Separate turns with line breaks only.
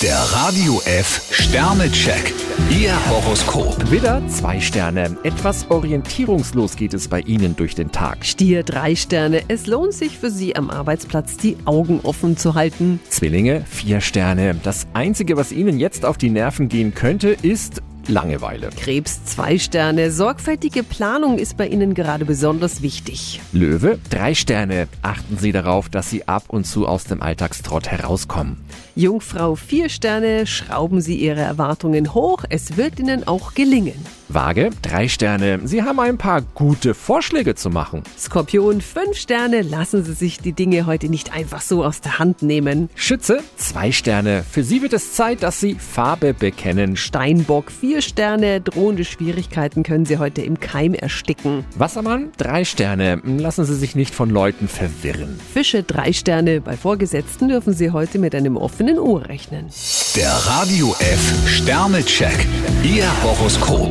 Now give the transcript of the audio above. Der Radio F Sternecheck. Ihr Horoskop.
Widder, zwei Sterne. Etwas orientierungslos geht es bei Ihnen durch den Tag.
Stier drei Sterne. Es lohnt sich für Sie am Arbeitsplatz die Augen offen zu halten.
Zwillinge, vier Sterne. Das Einzige, was Ihnen jetzt auf die Nerven gehen könnte, ist Langeweile.
Krebs zwei Sterne. Sorgfältige Planung ist bei Ihnen gerade besonders wichtig.
Löwe, drei Sterne. Achten Sie darauf, dass Sie ab und zu aus dem Alltagstrott herauskommen.
Jungfrau vier Sterne. Schrauben Sie Ihre Erwartungen hoch. Es wird Ihnen auch gelingen.
Waage, drei Sterne. Sie haben ein paar gute Vorschläge zu machen.
Skorpion fünf Sterne. Lassen Sie sich die Dinge heute nicht einfach so aus der Hand nehmen.
Schütze, zwei Sterne. Für Sie wird es Zeit, dass Sie Farbe bekennen.
Steinbock vier Sterne. Drohende Schwierigkeiten können Sie heute im Keim ersticken.
Wassermann, drei Sterne. Lassen Sie sich nicht von Leuten verwirren.
Fische drei Sterne. Bei Vorgesetzten dürfen Sie heute mit einem offenen Ohr rechnen.
Der Radio F Sternecheck. Ihr Horoskop.